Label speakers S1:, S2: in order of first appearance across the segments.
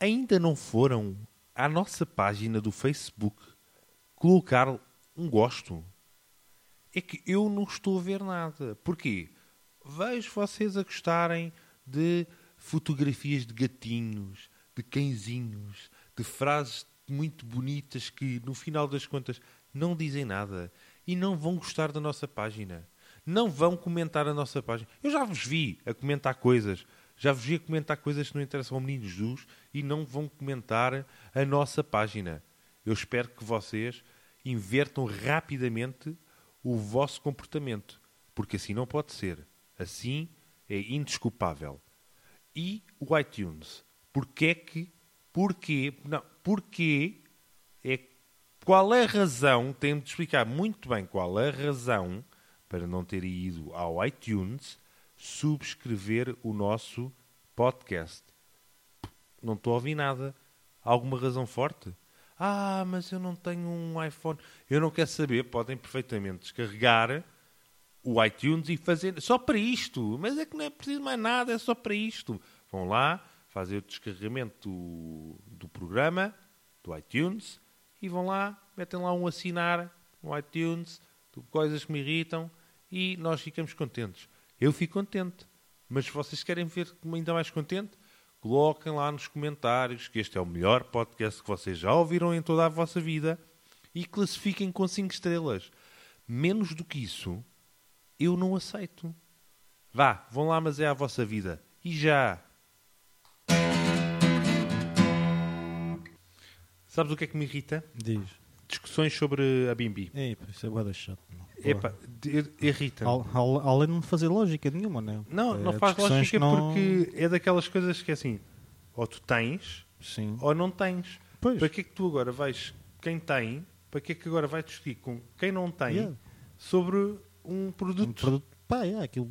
S1: é ainda não foram à nossa página do Facebook colocar um gosto? É que eu não estou a ver nada. Porquê? Vejo vocês a gostarem de fotografias de gatinhos, de cãezinhos, de frases muito bonitas que, no final das contas, não dizem nada e não vão gostar da nossa página. Não vão comentar a nossa página. Eu já vos vi a comentar coisas. Já vos vi a comentar coisas que não interessam ao Menino Jesus e não vão comentar a nossa página. Eu espero que vocês invertam rapidamente o vosso comportamento, porque assim não pode ser. Assim é indesculpável. E o iTunes. Porquê é que. Porquê. Não. Porquê é que qual é a razão, tenho de explicar muito bem qual é a razão para não ter ido ao iTunes subscrever o nosso podcast. Não estou a ouvir nada. Há alguma razão forte? Ah, mas eu não tenho um iPhone. Eu não quero saber. Podem perfeitamente descarregar o iTunes e fazer só para isto. Mas é que não é preciso mais nada, é só para isto. Vão lá fazer o descarregamento do, do programa, do iTunes, e vão lá, metem lá um assinar no iTunes, coisas que me irritam e nós ficamos contentes. Eu fico contente, mas se vocês querem ver ainda mais contente, coloquem lá nos comentários que este é o melhor podcast que vocês já ouviram em toda a vossa vida e classifiquem com 5 estrelas. Menos do que isso, eu não aceito. Vá, vão lá, mas é a vossa vida. E já! Sabes o que é que me irrita?
S2: Diz.
S1: Discussões sobre a Bimbi.
S2: Epa, isso é boa chato. mano.
S1: Epá, de- irrita.
S2: Al- al- Além de não fazer lógica nenhuma, não
S1: Não,
S2: É,
S1: não faz
S2: discussões
S1: lógica
S2: que não-
S1: porque é daquelas coisas que é assim, ou tu tens
S2: Sim.
S1: ou não tens.
S2: Pois.
S1: Para que é que tu agora vais, quem tem, para que é que agora vais discutir com quem não tem
S2: Yeah.
S1: sobre um
S2: Um
S1: produto?
S2: produto, pá, é, aquilo,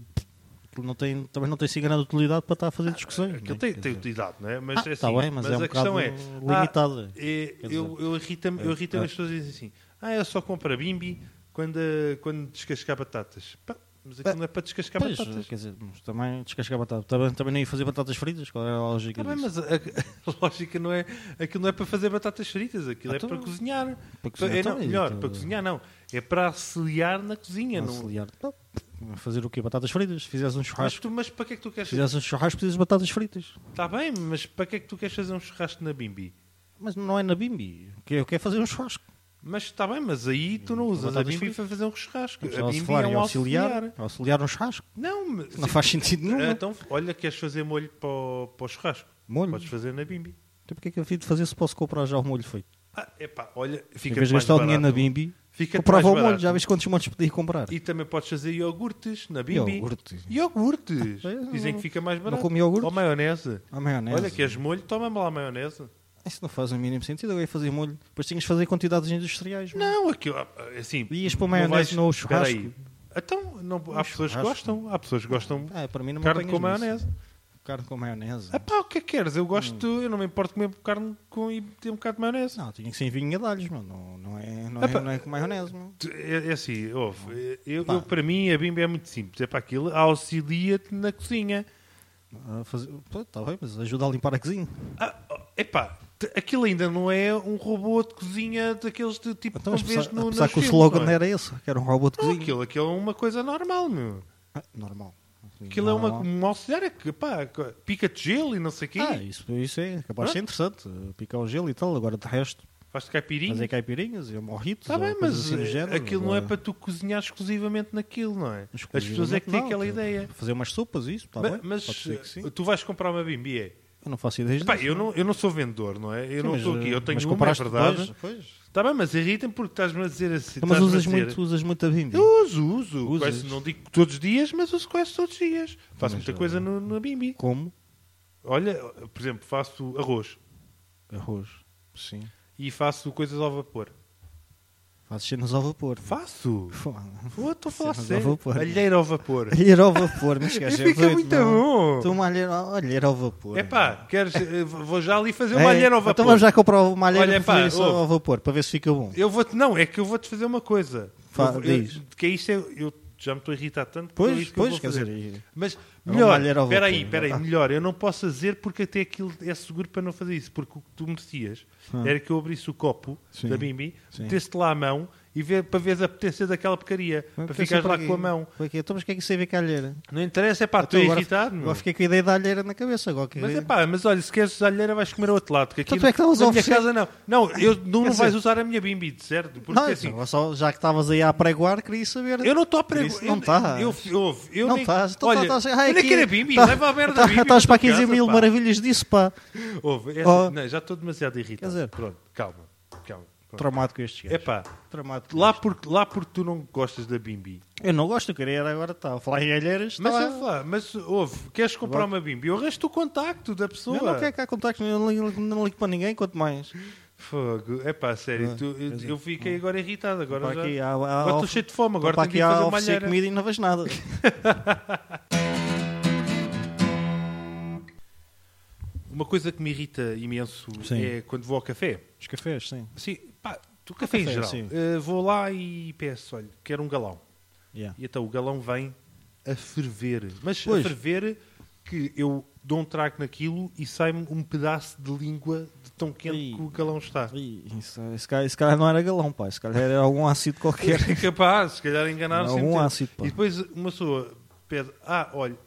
S2: aquilo não tem, também não tem assim grande utilidade para estar a fazer discussões.
S1: Ah, Aquilo
S2: né?
S1: tem,
S2: Quer
S1: tem
S2: dizer,
S1: utilidade, não é? Mas,
S2: Ah,
S1: é
S2: tá
S1: assim,
S2: bem, mas é um
S1: a questão é,
S2: bocado
S1: ah,
S2: limitada.
S1: é,
S2: Quer
S1: eu, eu irrita-me eu irrita
S2: é.
S1: as pessoas dizem assim, ah, eu só compro a bimbi quando, ah, quando descascar batatas. Pá, mas aquilo
S2: Pá,
S1: não é para descascar
S2: Pois,
S1: batatas.
S2: quer dizer, mas também descascar batata. Também, também não ia fazer batatas fritas, qual era a lógica
S1: Tá bem,
S2: disso?
S1: mas a, a lógica não é. Aquilo não é para fazer batatas fritas, aquilo
S2: Ah,
S1: é
S2: então-
S1: para cozinhar.
S2: Para cozinhar
S1: é, não,
S2: também,
S1: melhor,
S2: então-
S1: para cozinhar não. É para auxiliar na cozinha. não-
S2: Auxiliar. Pá, Fazer o quê? Batatas fritas? Se fizesse um
S1: Mas,
S2: churrasco,
S1: tu, mas para que é que tu queres
S2: se fizesse um churrasco, precisas de batatas fritas.
S1: Está bem, mas para que é que tu queres fazer um churrasco na bimbi?
S2: Mas não é na bimbi. Eu quero- Eu quero fazer um churrasco.
S1: Mas está bem, mas aí tu não usas a
S2: batatas
S1: bimbi
S2: fritas.
S1: para fazer um churrasco.
S2: Mas
S1: A bimbi
S2: auxiliar
S1: é
S2: e
S1: um auxiliar.
S2: auxiliar. Auxiliar um churrasco.
S1: Não, mas,
S2: Não faz sentido nenhum.
S1: Ah, então, olha, queres fazer molho para o, para o churrasco?
S2: Molho?
S1: Podes fazer na bimbi.
S2: Então porque é que eu fui de fazer se posso comprar já o molho feito?
S1: Ah, epá, olha,
S2: Em
S1: fica
S2: vez
S1: mais
S2: de gastar o dinheiro na
S1: barato.
S2: Bimbi,
S1: Fica-te
S2: comprava
S1: mais
S2: o molho.
S1: barato.
S2: Já vês quantos molhos podia comprar?
S1: E também podes fazer iogurtes na bimbi.
S2: Iogurte.
S1: Iogurtes.
S2: Eu
S1: Dizem
S2: não-
S1: que fica mais
S2: É, não
S1: barato.
S2: como iogurte?
S1: Ou maionese.
S2: A Ah, maionese.
S1: Olha, é queres molho? Toma-me lá a maionese.
S2: Isso não faz o mínimo sentido. Eu ia fazer molho. Depois tinhas de fazer quantidades industriais. mano.
S1: Não, aquilo, ah, assim...
S2: Ias pôr
S1: não
S2: maionese no churrasco?
S1: Espera aí. Então, não, há pessoas que
S2: churrasco?
S1: gostam. Há pessoas que gostam de
S2: Ah, para mim não me
S1: carne
S2: apanhas
S1: com
S2: nisso.
S1: maionese.
S2: Carne com maionese.
S1: Ah pá, o que é que queres? Eu gosto...
S2: Hum.
S1: Eu não me importo comer carne com, e ter um bocado de maionese.
S2: Não, tinha que ser em vinho de alhos, mano. Não, não, é, não, é,
S1: Epá.
S2: não é com maionese, mano.
S1: Tu- É, é assim, ouve, é- eu,
S2: Pá.
S1: eu, para mim a bimbi é muito simples. É para aquilo, auxilia-te na cozinha.
S2: Ah, fazer- Pô, tá bem, mas ajuda a limpar a cozinha.
S1: Ah, oh, epá, t- aquilo ainda não é um robô de cozinha daqueles de tipo
S2: Então,
S1: que
S2: mas
S1: tu vês
S2: apesar,
S1: no,
S2: apesar
S1: nos
S2: que o
S1: filmes,
S2: slogan
S1: não é?
S2: era esse, que era um robô de
S1: Não,
S2: cozinha.
S1: aquilo, aquilo é uma coisa normal, meu.
S2: Ah, normal. Assim,
S1: Aquilo é uma,
S2: normal.
S1: um auxiliar é que, pá, co- pica de gelo e não sei o quê.
S2: Ah, isso, isso é capaz de ser interessante. Picar o gelo e tal, agora de resto,
S1: Faz-te caipirinha.
S2: fazer caipirinhas e morritos.
S1: Está bem,
S2: ou coisas
S1: mas
S2: assim do
S1: eh,
S2: género.
S1: aquilo não é
S2: Agora,
S1: para tu cozinhar exclusivamente naquilo, não é? As
S2: exclusivamente
S1: pessoas é que têm
S2: não,
S1: aquela
S2: tá-
S1: ideia.
S2: Fazer umas sopas, isso, está
S1: Ma-
S2: bem.
S1: mas
S2: pode ser que sim.
S1: eh, tu vais comprar uma bimbi, é?
S2: Eu não faço ideia
S1: Pá,
S2: disso.
S1: eu não, eu não sou vendedor, não é? Eu
S2: Sim,
S1: não
S2: mas,
S1: estou aqui,
S2: eh,
S1: eu tenho
S2: mas
S1: uma, é
S2: compraste
S1: verdade.
S2: dois, pois.
S1: Está bem, mas irrita-me porque estás-me a dizer assim.
S2: Então, Mas
S1: estás-me a
S2: usas
S1: dizer-
S2: muito, usas muito a Bimbi.
S1: Eu uso, uso.
S2: Usas?
S1: Quase, não digo todos os dias, mas uso quase todos os dias. Faço
S2: Mas,
S1: muita
S2: eh,
S1: coisa no, na Bimbi.
S2: Como
S1: Olha, por exemplo, faço arroz
S2: arroz. Sim.
S1: e faço coisas ao vapor.
S2: Fazes cenas ao vapor.
S1: Faço! Pô, Estou a falar
S2: Cenas
S1: sério.
S2: ao vapor.
S1: Alheira ao vapor.
S2: Alheira ao vapor, mas
S1: E
S2: gajo é
S1: fica
S2: doido,
S1: muito
S2: não.
S1: bom!
S2: Toma alheira, alheira ao vapor.
S1: Epá, queres, eh, vou já ali fazer
S2: É,
S1: uma alheira ao
S2: Então
S1: vapor.
S2: vamos já comprar uma alheira
S1: Olha,
S2: para fazer
S1: pá,
S2: isso
S1: ouve.
S2: ao vapor, para ver se fica bom.
S1: Eu vou-te, não, é que eu vou-te fazer uma coisa.
S2: Fa-
S1: Eu vou- eu-
S2: diz.
S1: que é isto, é- eu já me estou a irritar tanto.
S2: Pois,
S1: é isso que
S2: pois,
S1: eu vou
S2: quer
S1: fazer.
S2: dizer,
S1: Mas
S2: é um
S1: melhor,
S2: malheiro ao
S1: espera aí,
S2: volteio.
S1: espera aí,
S2: Ah.
S1: melhor, eu não posso dizer porque até aquilo é seguro para não fazer isso, porque o que tu merecias
S2: Ah.
S1: era que eu abrisse o copo
S2: Sim.
S1: da Bimbi,
S2: Sim.
S1: metesse-te lá a mão e ver, para veres a potência daquela porcaria, para ficares lá com a mão.
S2: Ah, então Para quê? Então, mas o que é que isso tem a ver com a alheira?
S1: Não interessa, é pá,
S2: Então,
S1: estou
S2: agora-
S1: irritado, meu.
S2: Agora fiquei com a ideia da alheira na cabeça. Agora, que
S1: Mas é pá, mas olha, se queres usar alheira vais comer ao outro lado. Porque aqui
S2: Então tu é que estavas a
S1: na minha
S2: oferecer-
S1: casa não. Não, eu, não,
S2: Quer
S1: não vais
S2: dizer-
S1: usar a minha bimbi, de certo? Porque
S2: não,
S1: assim,
S2: então, só, já que estavas aí a pregoar, queria saber.
S1: eu não estou a
S2: Por isso
S1: perguntar.
S2: não estás.
S1: Eu, eu, eu
S2: não
S1: nem,
S2: estás. Então,
S1: olha,
S2: tá- tá-
S1: eu
S2: ai,
S1: nem
S2: aqui-
S1: quero a bimbi,
S2: tá-
S1: leva a merda
S2: tá-
S1: da bimbi.
S2: Estás para
S1: tua
S2: 15
S1: casa,
S2: mil
S1: pá.
S2: maravilhas disso, pá.
S1: Ouve, essa-
S2: Oh.
S1: não, já estou demasiado irritado.
S2: Quer dizer-
S1: Pronto, calma. calma.
S2: Tramado com estes
S1: É
S2: gajos.
S1: pá,
S2: Tramado com
S1: lá porque, lá porque tu não gostas da bimbi.
S2: estes. Eu não gosto, eu queria agora estar a falar em alheiras. tá,
S1: Mas,
S2: estava-
S1: ouve lá, mas ouve, queres comprar uma bimbi? Eu resto o contacto da pessoa.
S2: Eu não quero cá contactos, eu não ligo, não ligo para ninguém, quanto mais.
S1: Fogo. É pá, sério,
S2: Ah,
S1: tu- eu,
S2: dizer,
S1: eu fiquei agora irritado. Agora
S2: Para
S1: já-
S2: aqui há- há-
S1: Agora estou
S2: of-
S1: cheio de fome, agora
S2: para
S1: tenho que ir fazer
S2: aqui há
S1: uma
S2: oferecer
S1: alheira.
S2: comida e não vejo nada.
S1: Uma coisa que me irrita imenso
S2: Sim.
S1: é quando vou ao café.
S2: Os cafés, sim.
S1: Sim, pá, o café em
S2: café,
S1: geral.
S2: sim.
S1: Eh, vou lá e peço, olha, quero um galão.
S2: Yeah.
S1: E então o galão vem a ferver. Mas
S2: Pois.
S1: a ferver que eu dou um trago naquilo e sai-me um pedaço de língua de tão quente
S2: Ih.
S1: que o galão está.
S2: Ih, isso- Esse cara, esse cara não era galão, pá. Esse cara era algum ácido qualquer.
S1: É capaz, se calhar enganaram-se.
S2: Algum
S1: metendo.
S2: ácido, um pá.
S1: E depois uma pessoa pede, ah, olha,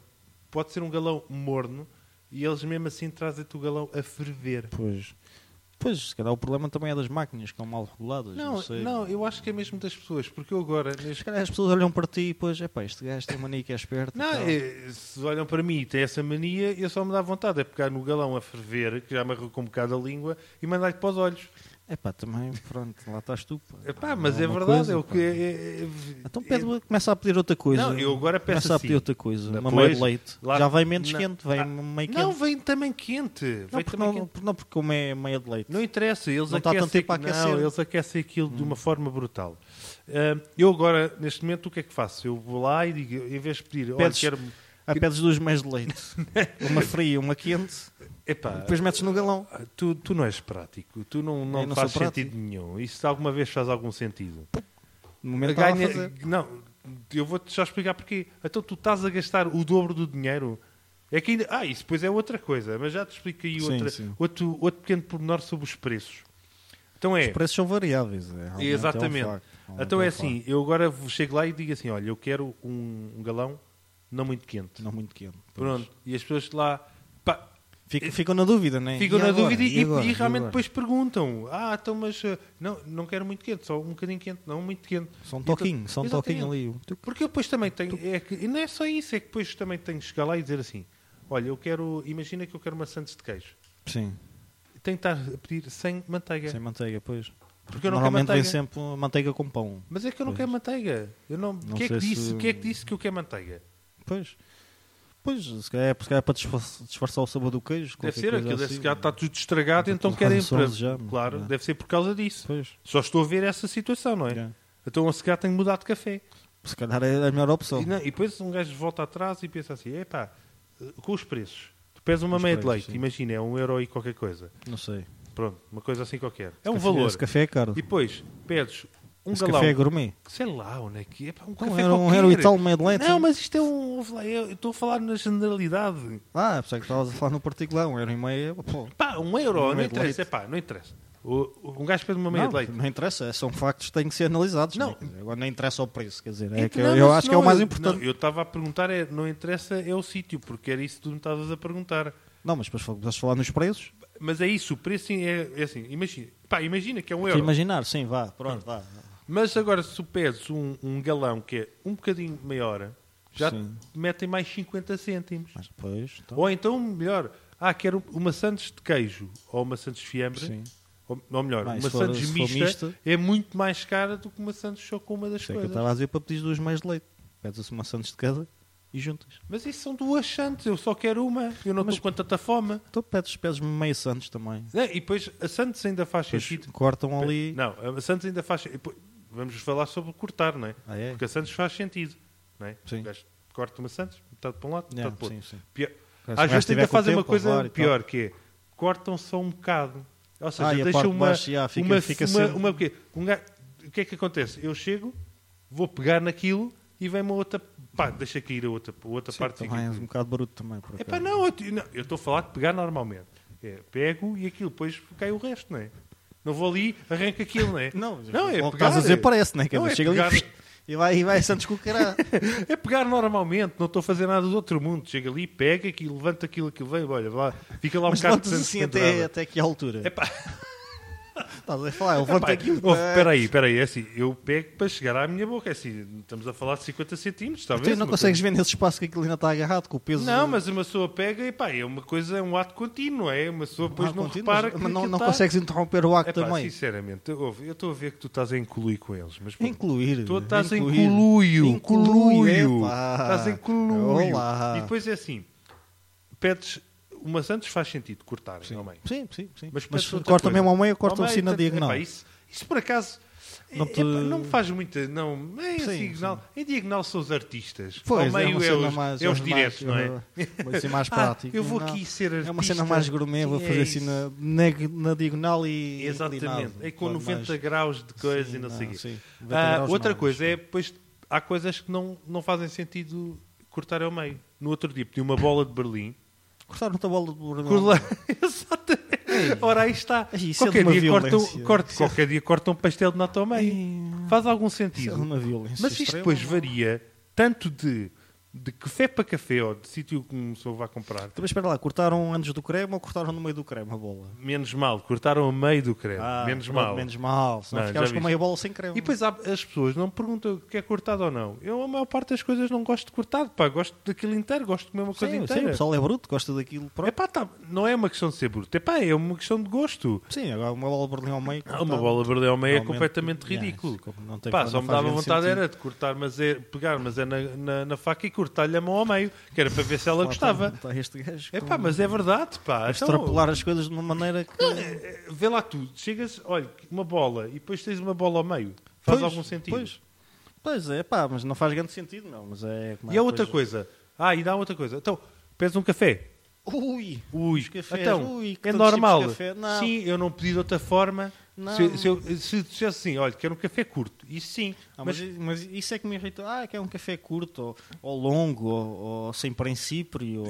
S1: pode ser um galão morno e eles mesmo assim trazem-te o galão a ferver.
S2: Pois. Pois, se calhar o problema também é das máquinas que estão mal reguladas. Não,
S1: Não,
S2: sei.
S1: não, eu acho que é mesmo das pessoas, porque eu agora...
S2: Se
S1: neste-
S2: calhar as pessoas olham para ti e pois, epá, este gajo tem mania que é esperto. e
S1: Não,
S2: tal.
S1: é, se olham para mim e têm essa mania, eu só me dá vontade, é pegar no galão a ferver, que já me arrancou um bocado a língua, e mandar-lhe para os olhos.
S2: Epá, também, pronto, lá estás tu. pá.
S1: Epá, mas
S2: Não
S1: é,
S2: Ah, uma
S1: verdade,
S2: coisa,
S1: é o
S2: pá.
S1: que... é- é-
S2: Então
S1: é-
S2: pede, começa a pedir outra coisa.
S1: Não, eu agora peço
S2: Começa a
S1: assim.
S2: pedir outra coisa.
S1: Não,
S2: Uma
S1: pois,
S2: meio de leite.
S1: lá-
S2: Já vem menos
S1: não,
S2: quente, vem
S1: ah,
S2: meio quente.
S1: Não, vem também quente.
S2: Não,
S1: vem
S2: porque,
S1: também
S2: não,
S1: quente.
S2: não, porque como é meia de leite.
S1: Não interessa, eles
S2: Não está tanto
S1: aquecem,
S2: tempo a aquecer. Hum.
S1: não, eles aquecem aquilo de uma forma brutal. Ah, eu agora, neste momento, o que é que faço? Eu vou lá e digo, em vez de pedir, olha,
S2: Pedes-
S1: quero...
S2: Ah, pedes duas meias de leite. uma fria, uma quente.
S1: Epá,
S2: Depois metes no galão.
S1: tu, tu não és prático, tu não, não,
S2: Eu não
S1: faz
S2: sou prático.
S1: sentido nenhum. Isso alguma vez faz algum sentido.
S2: No momento estava a
S1: Ganha-
S2: fazer.
S1: Não, eu vou-te já explicar porquê. Então tu estás a gastar o dobro do dinheiro... É que ainda... Ah, isso depois é outra coisa, mas já te explico aí
S2: Sim,
S1: outra-
S2: sim.
S1: Outro, outro pequeno pormenor sobre os preços. Então é...
S2: Os preços são variáveis. é, realmente é um
S1: Exatamente.
S2: facto, realmente
S1: Então é
S2: um
S1: assim, eu agora chego lá e digo assim, olha, eu quero um, um galão não muito
S2: facto.
S1: quente.
S2: Não muito quente. pois.
S1: Pronto. E as pessoas lá pá,
S2: Fica- ficam na dúvida, não é?
S1: ficam
S2: E
S1: na
S2: agora?
S1: dúvida e,
S2: agora?
S1: e realmente
S2: agora?
S1: depois perguntam. Ah, então mas ah, não, não quero muito quente, só um bocadinho quente, não muito quente.
S2: Só um
S1: Então-
S2: toquinho, só um
S1: Exatamente.
S2: toquinho ali. um tuc.
S1: Porque eu depois também tenho. É que, e não é só isso, é que depois também tenho que chegar lá e dizer assim: olha, eu quero. Imagina que eu quero maçãs de queijo.
S2: Sim,
S1: Tenho que estar a pedir sem manteiga.
S2: sem manteiga, pois.
S1: Porque eu não quero
S2: Normalmente vem
S1: manteiga.
S2: sempre a manteiga com pão.
S1: Mas é que eu não
S2: Pois.
S1: quero manteiga. Eu não...
S2: Não
S1: o, que é que
S2: sei se-
S1: disse, o que é que disse que eu quero manteiga?
S2: Pois. Pois, se calhar é, se calhar é para disfar- disfarçar o sabor do queijo.
S1: Deve
S2: qualquer
S1: ser,
S2: coisa
S1: aquilo deve
S2: assim.
S1: ficar, está tudo estragado,
S2: Está
S1: então
S2: tudo
S1: querem
S2: rançoso
S1: para...
S2: já, mas-
S1: Claro,
S2: é.
S1: deve ser por causa disso.
S2: Pois.
S1: Só estou a ver essa situação, não é?
S2: é.
S1: Então a secar tem que mudar de café.
S2: Se calhar é a melhor opção.
S1: E, não- e depois um gajo volta atrás e pensa assim, epá, eh, com os preços, tu pesa uma
S2: Os
S1: meia de
S2: preços,
S1: leite,
S2: sim.
S1: imagina, é um euro e qualquer coisa.
S2: Não sei.
S1: Pronto, uma coisa assim qualquer. É um
S2: Café-
S1: valor.
S2: Esse café é caro.
S1: E depois pedes um
S2: Esse
S1: galão,
S2: café é gourmet.
S1: sei lá onde é que é, pá, um
S2: Não,
S1: café
S2: era um
S1: qualquer.
S2: euro e tal, meio de leite.
S1: Não, mas isto é um, ouve lá, eu eu estou a falar na generalidade.
S2: Ah, apesar que estavas a falar no particular, um euro e meio. Pô.
S1: Pá, um euro,
S2: Uma
S1: não
S2: meia de
S1: interessa, epá, não interessa. O- o- Um gajo pede uma meia
S2: não,
S1: de leite.
S2: não interessa, é, são factos que têm que ser analisados.
S1: Não.
S2: Não. Agora não interessa o preço, quer dizer, é
S1: Então,
S2: que eu,
S1: não,
S2: eu
S1: mas
S2: acho que é o
S1: não,
S2: mais
S1: eu-
S2: importante.
S1: não, eu estava a perguntar, é, não interessa é o sítio, porque era isso que tu me estavas a perguntar.
S2: Não, mas depois fal- vamos falar nos preços.
S1: Mas é isso, o preço é, é assim, imagina, pá, imagina que é um
S2: Tem que
S1: euro.
S2: imaginar, sim, vá, pronto, vá.
S1: Mas agora se tu pedes um, um galão que é um bocadinho maior, já
S2: Sim.
S1: te metem mais 50 cêntimos.
S2: Mas depois, então,
S1: Ou então, melhor, ah, quero uma Santos de queijo ou uma Santos de fiambre.
S2: sim. é
S1: Ou, ou melhor,
S2: Ah, e
S1: uma
S2: se for-
S1: Santos
S2: se for
S1: mista,
S2: mista?
S1: é muito mais cara do que uma Santos só com uma das
S2: Isso é que eu
S1: coisas.
S2: estava a dizer para pedir duas mais de leite. Pedes-se uma Santos de cada e juntas.
S1: Mas isso são duas Santos, eu só quero uma, eu não
S2: Mas-
S1: estou com tanta fome.
S2: Então pedes, pedes meio Santos também.
S1: Não, e depois a Santos ainda faz
S2: Depois
S1: sentido.
S2: cortam ali.
S1: Não, a Santos ainda faz. e depois- Vamos falar sobre cortar, não é?
S2: Ah, é?
S1: Porque a Santos faz sentido, não é?
S2: Sim.
S1: O gajo corta uma Santos, metade para um lado,
S2: Yeah,
S1: metade para o
S2: sim,
S1: outro.
S2: sim.
S1: Pior-
S2: Então, Se o
S1: Às
S2: gajo
S1: vezes
S2: tiver
S1: ainda
S2: com
S1: fazem
S2: tempo,
S1: uma coisa
S2: levar e tal.
S1: pior, que é cortam só um bocado. Ou seja,
S2: Ah, e a parte
S1: deixam
S2: de
S1: uma,
S2: baixo, já, fica-
S1: uma,
S2: fica
S1: uma,
S2: sem-
S1: uma- o quê? Um ga- O que é que acontece? Eu chego, vou pegar naquilo, e vem uma outra. Pá, deixa cair a outra, a outra
S2: Sim,
S1: parte.
S2: também
S1: fica-
S2: é um bocado bruto também. por
S1: É
S2: acaso.
S1: pá, não, eu te- não, eu estou a falar de pegar normalmente. É, pego e aquilo, depois cai o resto, não é? Não vou ali, arranca aquilo, não é?
S2: Não,
S1: não é
S2: o
S1: pegar.
S2: que estás a dizer parece, né? Quer
S1: Não,
S2: dizer,
S1: é
S2: chega
S1: pegar-
S2: ali e vai, e vai Santos com o caralho.
S1: É pegar normalmente, não estou a fazer nada do outro mundo. Chega ali, pega aquilo, levanta aquilo, aquilo vem, olha, vai lá, fica lá um
S2: Mas
S1: bocado
S2: levantas
S1: de
S2: assim
S1: sangue
S2: até,
S1: pendurada.
S2: até que altura.
S1: Epá.
S2: Estás a falar,
S1: Epá,
S2: levanta aqui o
S1: ouve, Espera aí, espera aí, é assim, eu pego para chegar à minha boca, é assim, estamos a falar de 50 centímetros, talvez.
S2: Tu Então, não
S1: uma
S2: consegues ver nesse espaço que aquilo ainda está agarrado, com o peso.
S1: coisa- Não, mas uma pessoa pega e pá, é uma coisa, é um ato contínuo, é? Uma pessoa depois
S2: Ah,
S1: não
S2: contínuo,
S1: repara que
S2: mas não,
S1: aquilo
S2: não
S1: está-
S2: consegues interromper o acto
S1: Epá,
S2: também.
S1: sinceramente, ouve, eu estou a ver que tu estás a incluir com eles, mas pô,
S2: Incluir.
S1: Tu estás em
S2: incluir.
S1: coluio.
S2: Incluio,
S1: Coluio.
S2: epá.
S1: Estás em coluio.
S2: Olá.
S1: E depois é assim: pedes. Uma Santos faz sentido cortarem
S2: Sim.
S1: ao meio.
S2: Sim, sim, sim. Mas,
S1: pedes outra
S2: corta
S1: coisa.
S2: mesmo ao meio ou corta
S1: Ao
S2: assim na
S1: tanto-
S2: diagonal?
S1: epá, isso, isso por acaso. é-
S2: Não
S1: epá, Não,
S2: te-
S1: me faz muita. Não, é
S2: Sim,
S1: assim, diagonal. Em diagonal são os artistas.
S2: Pois,
S1: ao meio
S2: uma
S1: é,
S2: cena
S1: os,
S2: mais-
S1: é os
S2: mais-
S1: diretos, não é?
S2: Uma cena mais
S1: Ah,
S2: prática.
S1: eu vou
S2: Não.
S1: aqui ser artista.
S2: É uma cena mais gourmet, vou
S1: Sim,
S2: fazer
S1: é
S2: assim
S1: isso.
S2: na, na- na diagonal e.
S1: Exatamente.
S2: inclinado.
S1: É com
S2: Claro,
S1: 90
S2: mais-
S1: graus de coisa
S2: sim,
S1: e não, sei o quê.
S2: sim, 90
S1: Ah,
S2: graus
S1: outra
S2: mais,
S1: coisa
S2: sim.
S1: é, pois, há coisas que não, não fazem sentido cortar ao meio. No outro dia pedi uma bola de Berlim.
S2: Cortaram-te a bola do Bernardo.
S1: Corla... Exatamente. Ora, aí está.
S2: Ei, isso é
S1: qualquer,
S2: de uma
S1: dia corta, um,
S2: violência. é-
S1: corta- qualquer dia corta um pastel de nata ao meio. Faz algum
S2: Isso é
S1: sentido.
S2: uma violência.
S1: Mas isto
S2: extrema.
S1: depois varia tanto de, de café para café ou de sítio que uma pessoa vai comprar.
S2: Também espera lá, cortaram antes do creme ou cortaram no meio do creme a bola?
S1: Menos mal, cortaram a meio do creme.
S2: Ah,
S1: É, menos
S2: pronto,
S1: mal.
S2: Menos mal, senão
S1: Não,
S2: ficavas
S1: já
S2: com
S1: viste.
S2: meia bola sem creme.
S1: E depois há- as pessoas não me perguntam o que é cortado ou não. Eu, a maior parte das coisas, não gosto de cortado. Pá. Gosto daquilo inteiro, gosto de comer uma coisa
S2: sim, sim, o
S1: inteira.
S2: pessoal é bruto, gosta daquilo. Pronto.
S1: Epá, tá, não é uma questão de ser bruto. Epá, é uma questão de gosto.
S2: Sim, agora uma bola de Berlim ao meio.
S1: Ah, uma bola verde ao meio é
S2: Realmente,
S1: completamente
S2: yeah,
S1: ridículo.
S2: isso não tem-
S1: Pá,
S2: não
S1: só me
S2: faz
S1: dava
S2: grande
S1: vontade
S2: sentido.
S1: era de cortar, mas é, pegar, mas é na, na, na faca e cortar-lhe a mão ao meio, que era para ver se ela gostava.
S2: Está este gajo.
S1: Epá,
S2: com-
S1: mas é verdade, pá. Então, eh,
S2: Extrapolar as coisas de uma maneira que.
S1: vê lá tu, chegas, olha, uma bola e depois tens uma bola ao meio. Faz
S2: Pois,
S1: algum sentido.
S2: Pois. Pois é, pá, mas não faz grande sentido, não. Mas é como é
S1: E a
S2: a
S1: outra coisa. Ah, e dá outra coisa. Então, pedes um café.
S2: Ui!
S1: Ui,
S2: Os cafés,
S1: então,
S2: ui, que
S1: é
S2: todos os
S1: normal.
S2: tipos de café. Não.
S1: Sim, eu não pedi de outra forma.
S2: Não.
S1: Se, se eu se dissesse assim, olha, quero um café curto. Isso sim.
S2: Ah,
S1: mas
S2: mas, mas isso é que me irrita. Ah, quer um café curto, ou, ou longo, ou, ou sem princípio,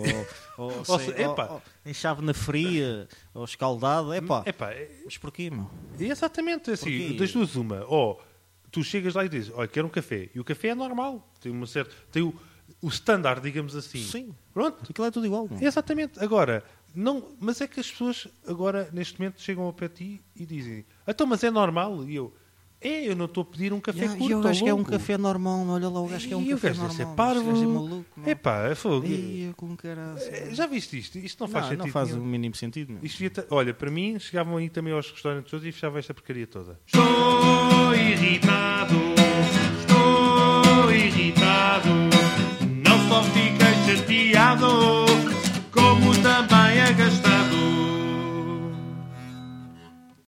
S2: ou, ou, sem-
S1: se- epá.
S2: ou- ou em chave na fria, ou escaldado. Epá,
S1: Epá, é
S2: mas porquê, meu?
S1: é exatamente assim.
S2: Porquê?
S1: Das duas, uma. Ou tu chegas lá e dizes, olha, quero um café. E o café é normal. Tem, uma certa, tem o, o standard, digamos assim.
S2: Sim.
S1: Pronto.
S2: Aquilo é tudo igual, não?
S1: Exatamente. Agora, não, mas é que as pessoas agora, neste momento, chegam ao pé de ti e dizem, então, mas é normal? E eu, é, eu não estou a pedir um café
S2: Yeah,
S1: curto
S2: e o
S1: ou
S2: gajo que é um
S1: longo."
S2: café normal, meu, olha lá, o gajo que é um
S1: Ih, o
S2: café
S1: gajo deve
S2: normal.
S1: ser
S2: meu, este gajo é
S1: parvo.
S2: maluco, meu.
S1: Epá, é fogo.
S2: Ia, com caralho.
S1: Eh, Já viste isto? Isto não
S2: Não
S1: faz
S2: faz,
S1: sentido.
S2: não faz o
S1: nenhum.
S2: mínimo sentido, meu.
S1: Isto devia ter- Olha, para mim, chegavam aí também aos restaurantes todos e fechavam esta porcaria toda. Estou irritado.